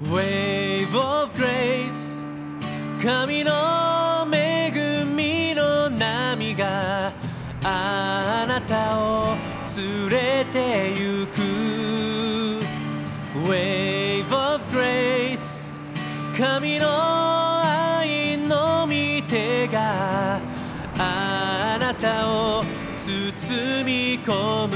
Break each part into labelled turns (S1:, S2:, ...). S1: Wave of Grace 神の恵みの波があなたを連れて行く Wave of Grace 神の愛の御手があなたを包み込む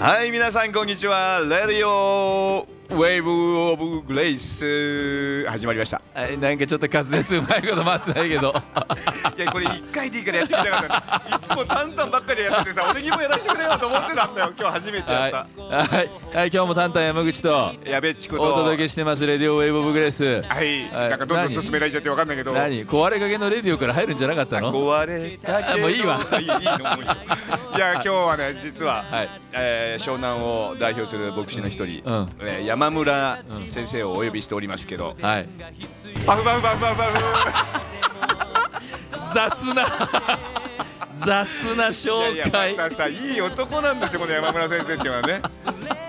S2: はい、皆さんこんにちは。レディオウェーブオブグレイス始まりました。
S3: あなんかちょっと滑舌うまいこと待ってないけど
S2: いやこれ一回でいいからやってみたかった。いつもタンタンばっかりやっててさ、俺にもやらせてくれよと思ってたんだ よ。今日初めてや
S3: はい、
S2: っ
S3: はいはい、今日もタンタン山口と
S2: た。やべっちこ
S3: お
S2: と。
S3: 届けしてますレディオウェーブオブグレース
S2: はい。
S3: はい
S2: なんかどんどん
S3: 何
S2: 進められちゃってわかんないけど。
S3: 何壊れかけのレディオから入るんじゃなかったの
S2: 壊れたけど
S3: あもういいわ
S2: いいいいのもういいよいや今日はね実は、
S3: はい
S2: えー湘南を代表する牧師の一人、
S3: うん
S2: えー山村先生をお呼びしておりますけど、
S3: はい
S2: パフパフパフパフパフ
S3: 雑な 雑ない
S2: やい
S3: 紹
S2: や
S3: 介
S2: またさいい男なんですよこの山村先生っていうのはね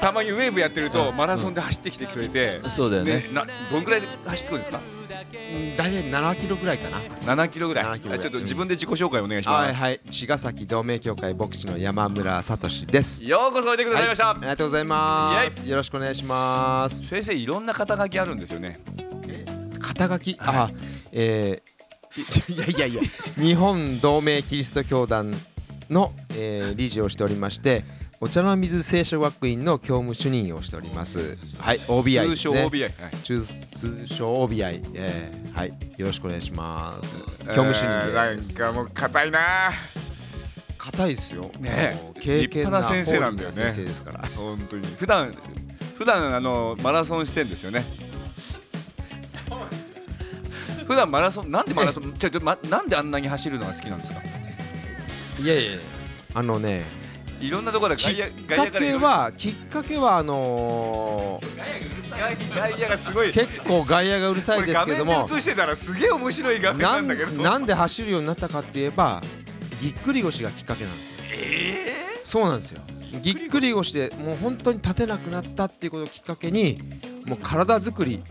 S2: たまにウェーブやってるとマラソンで走ってきてくれて、
S3: そうだよね
S2: などんぐらいで走ってくるんですか
S4: うん大体7キロぐらいかな
S2: 7キロぐらい
S4: 7キロぐらい
S2: ちょっと自分で自己紹介お願いします、
S4: はいはい茅ヶ崎同盟協会牧師の山村聡です
S2: ようこそおいでくださいました、
S4: はいありがとうございますよろしくお願いします
S2: 先生いろんな肩書きあるんですよね
S4: 肩書きあえーいやいやいや日本同盟キリスト教団の、えー理事をしておりましてお茶の水聖書学院の教務主任をしておりますはい OBI で
S2: 通
S4: す
S2: 称
S4: ね
S2: OBI、はい
S4: 通通称 OBI、えーはいよろしくお願いします教務主
S2: えー
S4: 任
S2: な
S4: で
S2: ん
S4: す
S2: かもう硬いな
S4: 硬いですよ。
S2: ねえ
S4: もう経験な
S2: 立派な先生なんだよね
S4: ホーリー先生ですから。
S2: 本当に普段普段あのマラソンしてんですよね普段マラソンなんでマラソンちょっと、ま、なんであんなに走るのが好きなんですか
S4: いやいや。あのね、
S2: いろんなところで
S4: き
S2: 外野
S4: っ
S2: 外
S4: か
S2: 野からい
S4: け
S2: ろいろ
S4: はきっかけはあのー
S2: 外外野がすごい
S4: 結構外野がうるさ
S2: こ
S4: い
S2: れ
S4: です
S2: 画
S4: けど
S2: 面
S4: も
S2: で、映してたらすげえ面白い画面
S4: な
S2: なんだけど
S4: んなんで走るようになったかって言えば、ぎっくり腰がきっかけなんですよ。
S2: え
S4: そうなんですよ。ぎっくり腰でもう本当に立てなくなったっていうことをきっかけに、もう体作り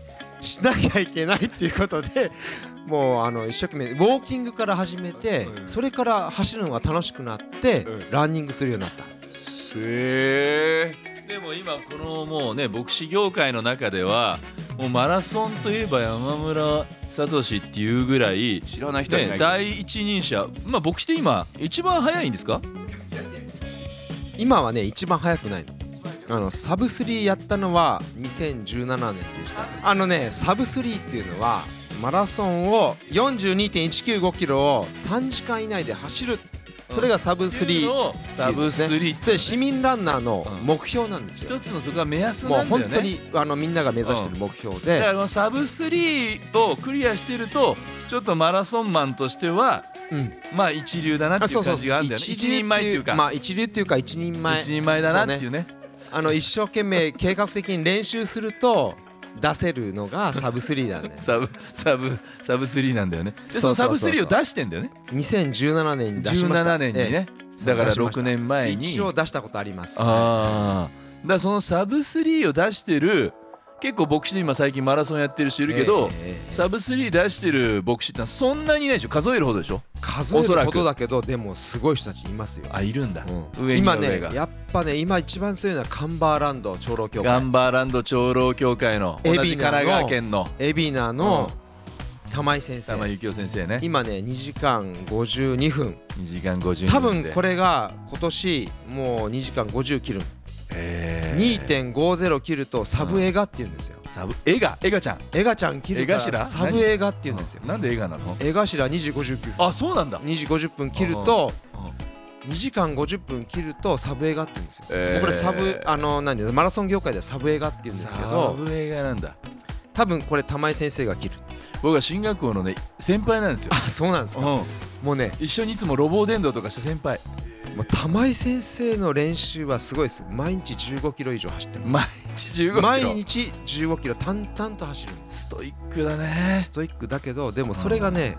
S4: しなきゃいけないっていうことで。 もうあの一生懸命ウォーキングから始めて
S2: うん
S4: それから走るのが楽しくなって
S2: うん
S4: ランニングするようになった
S2: ー、え
S3: でも今このもうね牧師業界の中ではもうマラソンといえば山村聡っていうぐらい
S2: 知らない人はいな
S3: ね
S2: い、
S3: 第一人者まあ牧師で今一番早いんですか
S4: 今はね一番速くないのあのサブスリーやったのは2017年でしたあのねサブスリーっていうのはマラソンを42.195キロを3時間以内で走るそれがサブスリー、
S3: をサブスリー
S4: それ市民ランナーの目標なんですよ
S3: 一つのそこが目安
S4: も
S3: な
S4: うん
S3: だ
S4: 本
S3: よ
S4: 当
S3: ね
S4: にあのみんなが目指してる目標
S3: だから
S4: で、
S3: このサブスリーをクリアしてるとちょっとマラソンマンとしては
S4: うん、
S3: まあ一流だなっていう感じがあるんだよね一人前っていうか、
S4: まあ一流っていうか一人前
S3: 一人前だなっていうね
S4: あの一生懸命計画的に練習すると出せるのがサブスリーなんです
S3: サブサブサブスリーなんだよねでそ
S4: そ
S3: の
S4: う
S3: サ
S4: そうそう
S3: ブ
S4: そう
S3: スリーを出してんだよね
S4: 2017年に出しました
S3: 17年にね、だから6年
S4: ええ
S3: 前に
S4: 一応出したことあります
S3: ああだからそのサブスリーを出してる結構牧師で今最近マラソンやってる人いるけど、
S4: ええええ
S3: サブスリー出してる牧師ってのはそんなにいないでしょ数えるほどでしょ
S4: 数え
S3: おそら
S4: る
S3: く
S4: ほどだけどでもすごい人たちいますよ、
S3: あいるんだ、
S4: うん
S3: 上に
S4: 今
S3: は
S4: ね
S3: 上が、
S4: やっぱね今一番強いのはカンバーランド長老教
S3: ガ
S4: 会
S3: ンバーランド長老協会の同じ神奈川県の
S4: 海老名の玉井先生
S3: 玉井幸雄先生ね
S4: 今ね2時間52分
S3: 2時間52分
S4: 多分こ
S3: れ
S4: れが今年もう2時間50切る2.50切るとサブ映画って言うんですよ
S3: サブエガエガちゃん
S4: 映画ちゃん切るか
S3: 映画頭
S4: らサブ映画って言うんですよ
S3: なんでエガなの
S4: 映画頭2時59分
S3: あそうなんだ
S4: 2時50分切ると2時間50分切るとサブ映画って言うんですよ、
S2: えー
S4: これサブあの何ですマラソン業界ではサブ映画って言うんですけ
S3: サ
S4: ど
S3: ブエガなんだ
S4: 多分これ玉井先生が切る
S3: 僕は進学校のね先輩なんですよ、
S4: あそうなんですか
S3: う
S4: もうね
S3: ん、一緒にいつもロボ電動とかした先輩
S4: もう玉井先生の練習はすごいです毎日15キロ以上走ってま
S3: 毎日15キ
S4: す
S3: ロ
S4: 毎日15キロ淡々と走るんです
S3: ストイックだね
S4: ストイックだけどでもそれがね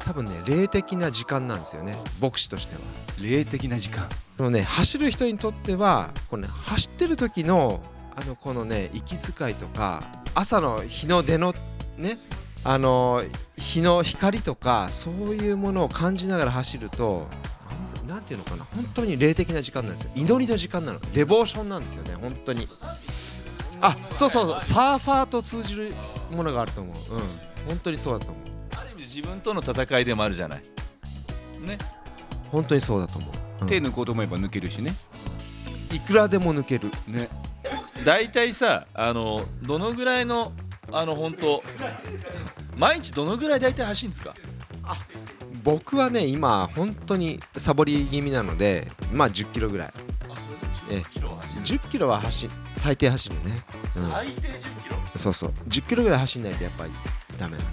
S4: 多分ね霊的な時間なんですよね牧師としては。
S2: 霊的な時間
S4: そのね走る人にとってはこの、ね、走ってる時のあのこのね息遣いとか朝の日の出のねあの日の光とかそういうものを感じながら走るとあんなんていうのかな本当に霊的な時間なんですよ祈りの時間なのデボーションなんですよね本当にあそうそうそうサーファーと通じるものがあると思ううん本当にそうだと思う
S3: ある意味自分との戦いでもあるじゃないね
S4: 本当にそうだと思う、うん
S2: 手抜こうと思えば抜けるしね
S4: いくらでも抜ける
S2: ね
S3: 大体さあのどのぐらいのあの本当毎日どのぐらい大体走るんですか
S4: 僕はね今本当にサボり気味なのでまあ1 0キロぐらいえ
S3: キロ走
S4: 1 0キロは走最低走るね、う
S3: 最低10キロ
S4: ん、そうそう1 0キロぐらい走んないとやっぱりダメな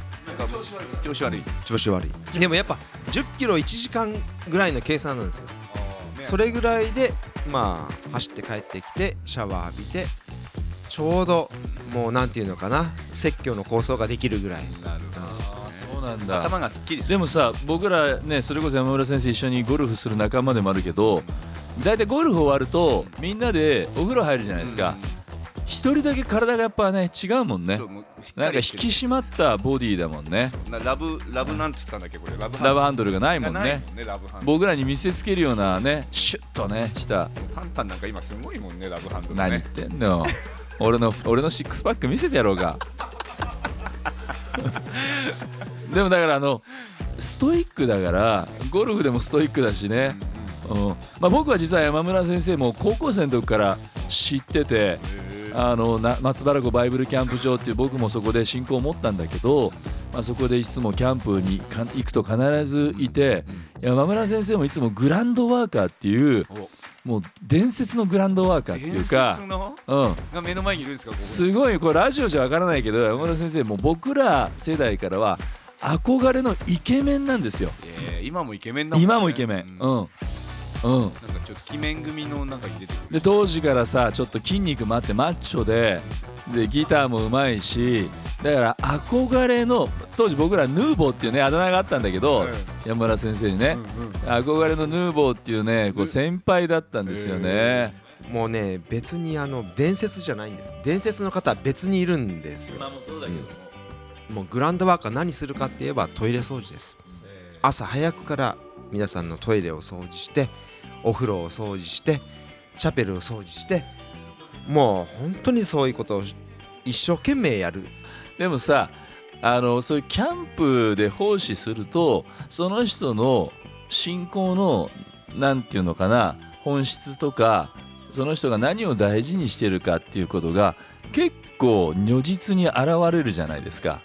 S4: の
S3: 調子悪く
S2: 調子悪い
S4: 調子悪いでもやっぱ1 0キロ1時間ぐらいの計算なんですよそれぐらいでまあ走って帰ってきてシャワー浴びてちょうどもうなんていうのかな説教の構想ができるぐらい
S2: なるほど
S3: ああそうなんだ
S2: 頭がすっきりする
S3: でもさ僕らねそれこそ山村先生一緒にゴルフする仲間でもあるけど大体ゴルフ終わるとみんなでお風呂入るじゃないですか一、人だけ体がやっぱね違うもんね
S2: そうもうしっ
S3: なん
S2: か
S3: か
S2: り
S3: 引
S2: してる
S3: き締まったボディだもんね
S2: なラブラブなんつったんだっけこれラブ
S3: ラブハンドルがないもん
S2: ない
S3: ね
S2: もんねラブハンド
S3: 僕らに見せつけるようなねシュッとねした
S2: タンタンなんか今すごいもんねラブハンドル
S3: 何言っ
S2: ね
S3: てんの俺の俺のシックスパック見せてやろうかでもだからあのストイックだからゴルフでもストイックだしね、うんまあ、僕は実は山村先生も高校生の時から知ってて
S2: へー
S3: あのな松原湖バイブルキャンプ場っていう僕もそこで信仰を持ったんだけど、まあ、そこでいつもキャンプにか行くと必ずいて山村先生もいつもグランドワーカーっていう
S2: お
S3: もう伝説のグランドワーカーってい
S2: 伝
S3: う
S2: 説
S3: か。
S2: の
S3: うん、
S2: が目の前にいるんですかここに
S3: すごいこれラジオじゃわからないけど山村先生もう僕ら世代からは憧れのイケメンなんですよ
S2: えー今もイケメンだんね
S3: 今もイケメン
S2: うん
S3: うんうん
S2: なんかちょっと鬼面組のなんかに出てくる
S3: で当時からさちょっと筋肉もあってマッチョででギターもうまいしだから憧れの当時僕らヌーボーっていうねあだ名があったんだけど、
S2: うん
S3: 山村先生にね、
S2: うんうん
S3: 憧れのヌーボーっていうねこう先輩だったんですよね、
S4: もうね別にあの伝説じゃないんです伝説の方は別にいるんですよ
S3: もそうだ
S4: けどももうグランドワーカー何するかって言えばトイレ掃除です朝早くから皆さんのトイレを掃除してお風呂を掃除してチャペルを掃除してもう本当にそういうことを一生懸命やる
S3: でもさあのそういうキャンプで奉仕するとその人の信仰のなんていうのかな本質とかその人が何を大事にしてるかっていうことが結構如実に現れるじゃないですか。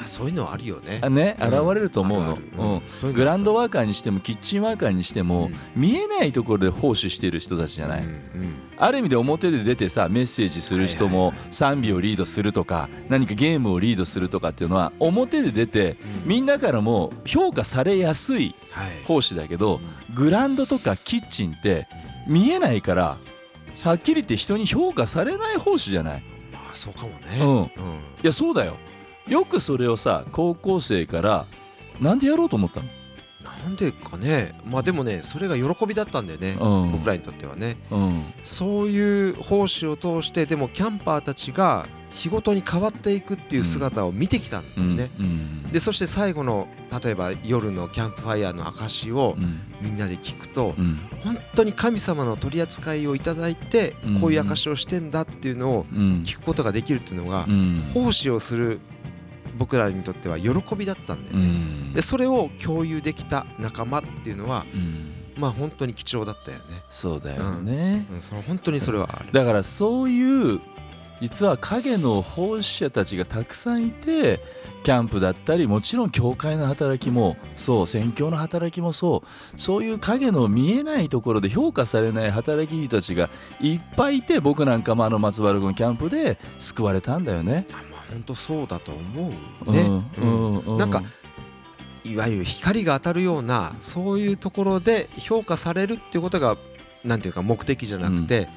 S4: あそういうのはあるよね
S3: あね
S4: うん
S3: 現れると思うの。
S4: あるあるうんそう
S3: う
S4: い
S3: ん
S4: うの
S3: グランドワーカーにしてもキッチンワーカーにしても、見えないところで奉仕してる人たちじゃない。
S4: うん
S3: ある意味で表で出てさメッセージする人も賛美をリードするとか何かゲームをリードするとかっていうのは表で出て
S4: うん
S3: みんなからも評価されやすい
S4: はい
S3: 奉仕だけどグラウンドとかキッチンって見えないからはっきり言って人に評価されない奉仕じゃない。
S4: まあそうかも
S3: う
S4: ね
S3: ん、い
S4: うん
S3: やそうだよよくそれをさ高校生からなんでやろうと思った
S4: なんでかねまあでもねそれが喜びだったんだよね
S3: の、うん
S4: 僕らにとってはね
S3: うん
S4: そういう奉仕を通してでもキャンパーたちが日ごとに変わっていくっていう姿を見てきたんだ
S3: う
S4: よ
S3: ん
S4: ね。
S3: うん
S4: でそして最後の例えば夜のキャンプファイヤーの証を
S3: うん
S4: みんなで聞くと
S3: うん
S4: 本当に神様の取り扱いをいただいて
S3: うん
S4: こういう証をしてんだっていうのを
S3: うん
S4: 聞くことができるっていうのが
S3: うん
S4: 奉仕をする僕らにとっては喜びだったんだよ
S3: う
S4: ね。
S3: ん
S4: でそれを共有できた仲間っていうのは
S3: うん
S4: まあ本当に貴重だったよね。
S3: そうだよね、
S4: うん、その本当にそれはある。
S3: だからそういう実は影の奉仕者たちがたくさんいてキャンプだったりもちろん教会の働きもそう宣教の働きもそうそういう影の見えないところで評価されない働き人たちがいっぱいいて僕なんかもあの松原君キャンプで救われたんだよね。
S4: あまあ本当そうだと思うね、うん
S3: う
S4: なんかいわゆる光が当たるようなそういうところで評価されるっていうことがなんていうか目的じゃなくて、、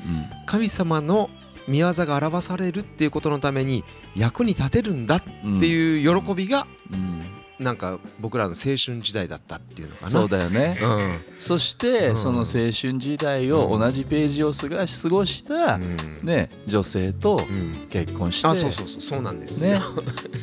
S4: 神様の見業が表されるっていうことのために役に立てるんだっ
S3: うんうん
S4: ていう喜びが
S3: うん
S4: なんか僕らの青春時代だったっていうのかな
S3: そうだよね
S4: うん
S3: そして、
S4: うん
S3: その青春時代を同じページを過ごし過ごした、
S4: うん
S3: ね女性と
S4: うん
S3: 結婚して、
S4: あそうそうそうそうなんですよ
S3: ね、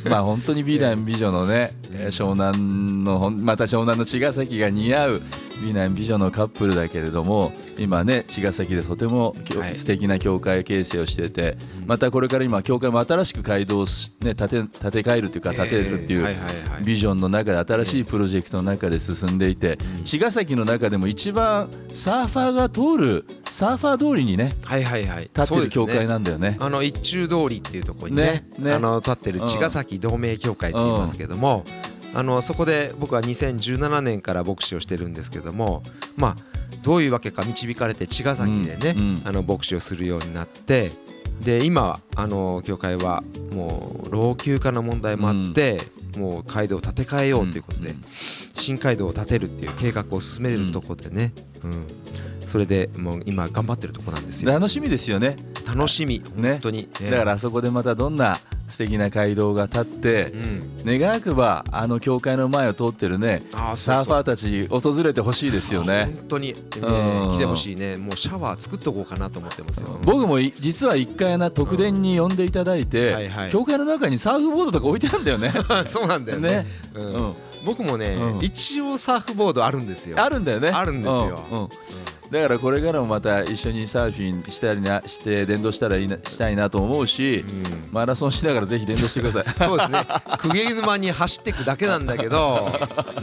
S3: まあ本当に美男美女のね、えー湘南のほんまた湘南の茅ヶ崎が似合う美男美女のカップルだけれども今ね茅ヶ崎でとてもきょ、
S4: はい
S3: 素敵な教会形成をしてて、
S4: うん
S3: またこれから今教会も新しく街道をし、ね、建て建て替えるというか建てるってい
S4: え
S3: う
S4: ーはいはいはい
S3: ビジョンの中で新しいプロジェクトの中で進んでいて茅ヶ崎の中でも一番サーファーが通るサーファー通りにね
S4: はいはいはい
S3: 立って
S4: そう
S3: る
S4: ですね
S3: 教会なんだよね。
S4: あの一中通りっていうところにね
S3: ねね
S4: あの立ってる茅ヶ崎同盟協会って言いますけども、あのそこで僕は2017年から牧師をしてるんですけどもまあどういうわけか導かれて茅ヶ崎でね、
S3: うんうん
S4: あの牧師をするようになってで今はあの教会はもう老朽化の問題もあって、もう街道を建て替えようということで、
S3: ん
S4: 新街道を建てるっていう計画を進めるところでね、うんそれでもう今頑張ってるとこなんですよ。
S3: 楽しみですよね
S4: 楽しみ、
S3: ね
S4: 本当に、ええ
S3: だからあそこでまたどんな素敵な街道が立って
S4: うん、
S3: 願くばあの教会の前を通ってるね
S4: ああ
S3: サーファ
S4: ー
S3: ーたち訪れてほしいですよね
S4: 本当に、ね、
S3: うん
S4: 来てほしいねもうシャワー作っとこうかなと思ってますよ
S3: 僕もい実は一回な特典に呼んでいただい
S4: うんは
S3: て
S4: いはい
S3: 教会の中にサーフボードとか置いてあるんだよね
S4: そうなんだよね
S3: ね
S4: うん
S3: うん
S4: 僕もね、
S3: うん
S4: 一応サーフボードあるんですよ
S3: あるんだよね
S4: あるんですよ
S3: うんうんだからこれからもまた一緒にサーフィンしたりなして伝道したらいいなしたいなと思うし
S4: うん、
S3: マラソンしながらぜひ伝道してください
S4: そう ですね鵠沼に走っていくだけなんだけど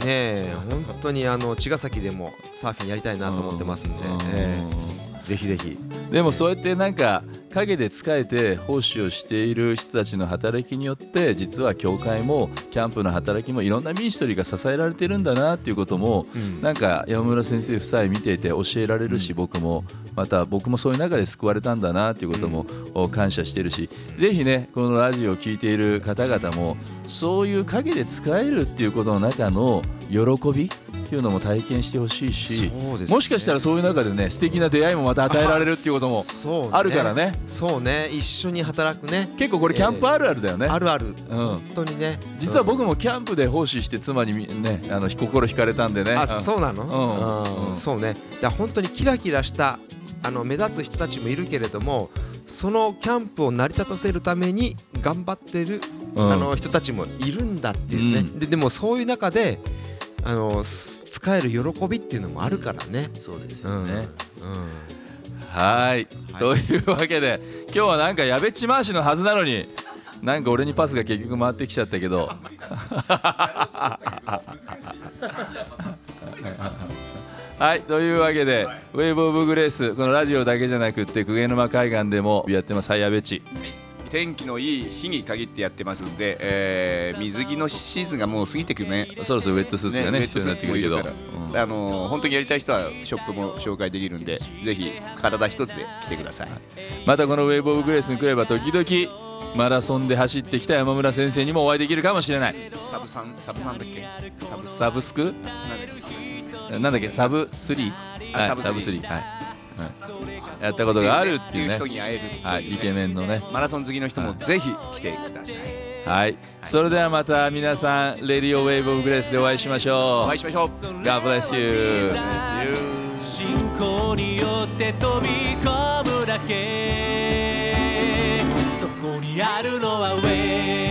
S4: ねえ本当にあの茅ヶ崎でもサーフィンやりた いなと思ってますんで、
S3: うん
S4: ええぜひぜひ
S3: でもそうやってなんか陰で仕えて奉仕をしている人たちの働きによって実は教会もキャンプの働きもいろんなミニストリーが支えられてるんだなっていうことも
S4: うん
S3: なんか山村先生夫妻見ていて教えられるし僕もまた僕もそういう中で救われたんだなっていうこともお感謝してるしぜひねこのラジオを聴いている方々もそういう陰で仕えるっていうことの中の喜びっていうのも体験してほしいし。
S4: そうですね
S3: もしかしたらそういう中でね素敵な出会いもまた与えられるっていうことも
S4: そうね
S3: あるからね
S4: そうね一緒に働くね
S3: 結構これキャンプあるあるだよね、
S4: あるある、
S3: うん
S4: 本当にね
S3: 実は僕もキャンプで奉仕して妻にみねあの心惹かれたんでね
S4: あそうなの、
S3: うん
S4: うん
S3: うん
S4: そうねだから本当にキラキラしたあの目立つ人たちもいるけれどもそのキャンプを成り立たせるために頑張ってる、
S3: うん
S4: あの人たちもいるんだっていうね、
S3: うん
S4: ででもそういう中であのす使える喜びっていうのもあるからね。
S3: そうです
S4: うん
S3: ね、
S4: うん
S3: はーい
S4: は
S3: と
S4: い
S3: いうわけで今日はなんかやべっち回しのはずなのになんか俺にパスが結局回ってきちゃったけど はいというわけで、ウェーブ・オブ・グレースこのラジオだけじゃなくって鵠沼海岸でもやってますはいやべっち
S5: 天気のいい日に限ってやってますんで、えー水着のシーズンがもう過ぎてくるね。
S3: そろそろウェットスーツがね
S5: ウェット
S3: 必要
S5: スーツ
S3: になってく
S5: も
S3: る
S5: い
S3: け
S5: る
S3: ど、
S5: から、
S3: う
S5: あ
S3: ん
S5: のー本当にやりたい人はショップも紹介できるんで、ぜひ体一つで来てください。
S3: またこのウェーブ・オブ・グレースに来れば時々マラソンで走ってきた山村先生にもお会いできるかもしれない
S5: サブさんサブさんだっけ？サブ
S3: サブスク
S5: なんだっけ
S3: なんだっけサブ3
S5: あ
S3: はい
S5: サブスリー
S3: スリーはい、うんやったことがあるっていうね
S5: 人に会えるっていうね
S3: はい、イケメンのね
S5: マラソン好きの人もぜひ来てください。
S3: はいそれではまた皆さん「レディオ・ウェーブ・オブ・グレース」でお会いしましょう
S5: お会いしましょう。
S3: God bless you.
S1: 信仰によって飛び込むだけそこにあるのはウェイ